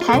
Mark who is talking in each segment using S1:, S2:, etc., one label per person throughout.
S1: 台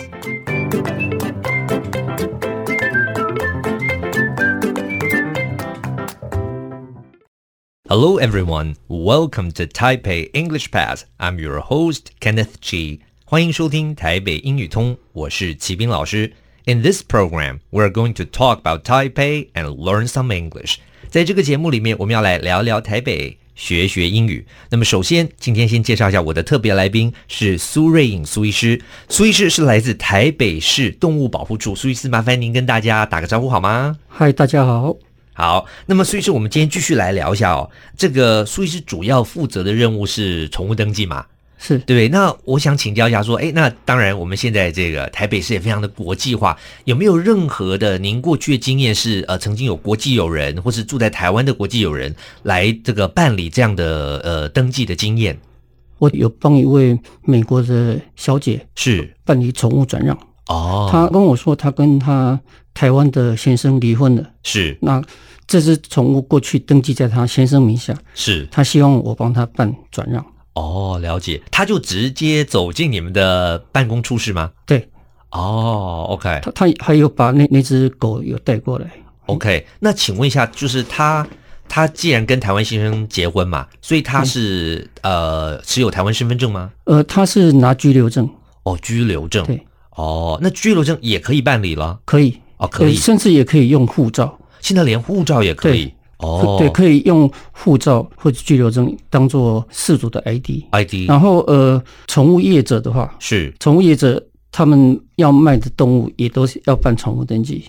S2: Hello, everyone. Welcome to Taipei English Pass. I'm your host, Kenneth Chi. 欢迎收听台北英语通，我是齐斌老师。In this program, we're going to talk about Taipei and learn some English. 在这个节目里面，我们要来聊聊台北，学学英语。那么，首先今天先介绍一下我的特别来宾是苏瑞颖苏医师。苏医师是来自台北市动物保护处。苏医师，麻烦您跟大家打个招呼好吗？
S3: 嗨，大家好。
S2: 好，那么苏医师，我们今天继续来聊一下哦。这个苏医师主要负责的任务是宠物登记嘛？
S3: 是
S2: 对不对？那我想请教一下，说，哎，那当然，我们现在这个台北市也非常的国际化，有没有任何的您过去的经验是，呃，曾经有国际友人或是住在台湾的国际友人来这个办理这样的呃登记的经验？
S3: 我有帮一位美国的小姐
S2: 是
S3: 办理宠物转让，
S2: 哦，
S3: 她跟我说她跟她台湾的先生离婚了，
S2: 是
S3: 那这只宠物过去登记在她先生名下，
S2: 是
S3: 她希望我帮她办转让。
S2: 哦，了解，他就直接走进你们的办公处是吗？
S3: 对
S2: 哦，OK，
S3: 她，她还有把那那只狗有带过来，
S2: OK，那请问一下，就是他他既然跟台湾先生结婚嘛，所以他是、
S3: 嗯
S2: 呃持有台湾身份证吗？
S3: 呃，她是拿居留证，
S2: 哦，居留证。
S3: 对，
S2: 哦，那居留证也可以办理了。
S3: 可以，
S2: 哦，可以
S3: 呃。甚至也可以用护照，
S2: 现在连护照也可以。哦，
S3: 对，可以用护照或者居留证当做事主的 ID。
S2: ID
S3: 然后呃，宠物业者的话，
S2: 是
S3: 宠物业者他们要卖的动物也都是要办宠物登记。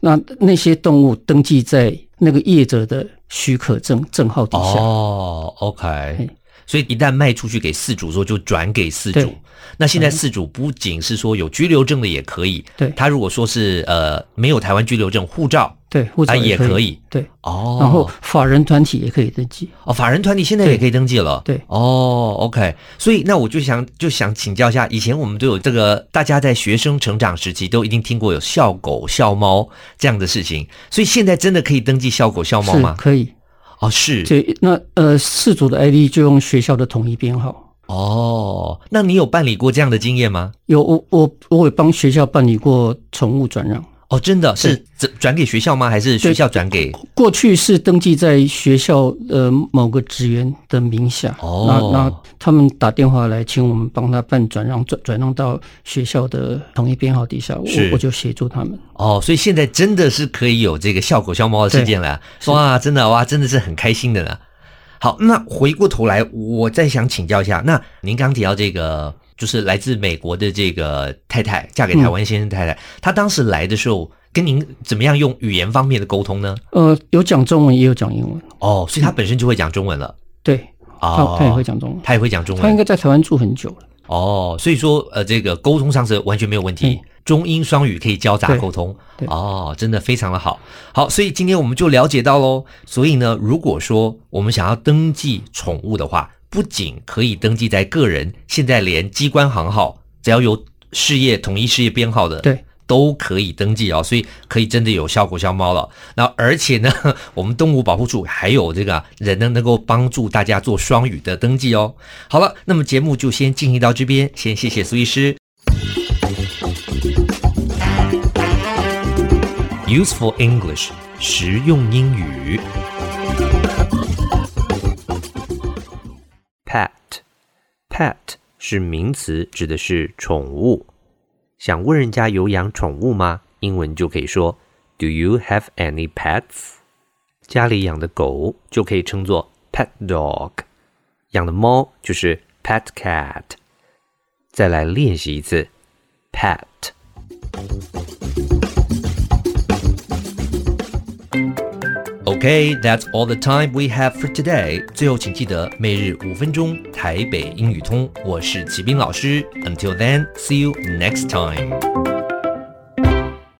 S3: 那那些动物登记在那个业者的许可证证号底下，
S2: 哦，OK
S3: 嘿。
S2: 所以一旦卖出去给饲主之后，就转给饲主
S3: 对。
S2: 那现在饲主不仅是说有居留证的也可以，
S3: 对
S2: 他如果说是呃没有台湾居留证护照，
S3: 对，护照
S2: 啊也
S3: 可
S2: 可
S3: 以
S2: 以，
S3: 对。
S2: 哦，
S3: 然后法人团体也可以登记，
S2: 哦，法人团体现在也可以登记了。
S3: 对对
S2: 哦，OK，所以那我就想就想请教一下，以前我们都有这个，大家在学生成长时期都一定听过有校狗、校猫这样的事情，所以现在真的可以登记校狗、校猫
S3: 是
S2: 吗？
S3: 可以。
S2: 哦，是，
S3: 这那呃，事主的 ID 就用学校的统一编号。
S2: 哦，那你有办理过这样的经验吗？
S3: 有我我我也帮学校办理过宠物转让，
S2: 哦，真的是转转给学校吗？还是学
S3: 对
S2: 校转给？
S3: 过去是登记在学校呃某个职员的名下，
S2: 哦
S3: 那那他们打电话来请我们帮他办转让，转转让到学校的统一编号底下，我
S2: 是
S3: 我就协助他们。
S2: 哦，所以现在真的是可以有这个笑狗笑猫的事件了，
S3: 是
S2: 哇，真的哇，真的是很开心的呢。好，那回过头来，我再想请教一下，那您刚提到这个，就是来自美国的这个太太嫁给台湾先生太太，
S3: 嗯
S2: 她当时来的时候跟您怎么样用语言方面的沟通呢？
S3: 呃，有讲中文也有讲英文，
S2: 哦，所以她本身就会讲中文了，
S3: 对，他、
S2: 哦，
S3: 他嗯也会，讲中文，
S2: 她也会讲中
S3: 他应
S2: 文，
S3: 该在台湾住很久了，
S2: 哦，所以说呃，这个沟通上是完全没有问题
S3: 嗯，
S2: 中英双语可以交杂
S3: 对
S2: 沟通。
S3: 对
S2: 哦，真的非常的好。好，所以今天我们就了解到喽。所以呢，如果说我们想要登记宠物的话，不仅可以登记在个人，现在连机关行号，只要有事业统一事业编号的，
S3: 对。
S2: 都可以登记哦，所以可以真的有效果消猫了。那而且呢， 我们动物保护处还有这个人呢，能够帮助大家做双语的登记哦。好了，那么节目就先进行到这边，先谢谢苏医师。Useful English，实用英语。Pet，pet 是名词，指的是宠物。想问人家有养宠物吗？英文就可以说 Do you have any pets？家里养的狗就可以称作 pet dog，养的猫就是 pet cat。再来练习一次 pet。Okay, that's all the time we have for today. 最后，请记得每日五分钟台北英语通。我是齐斌老师。Until then, see you next time.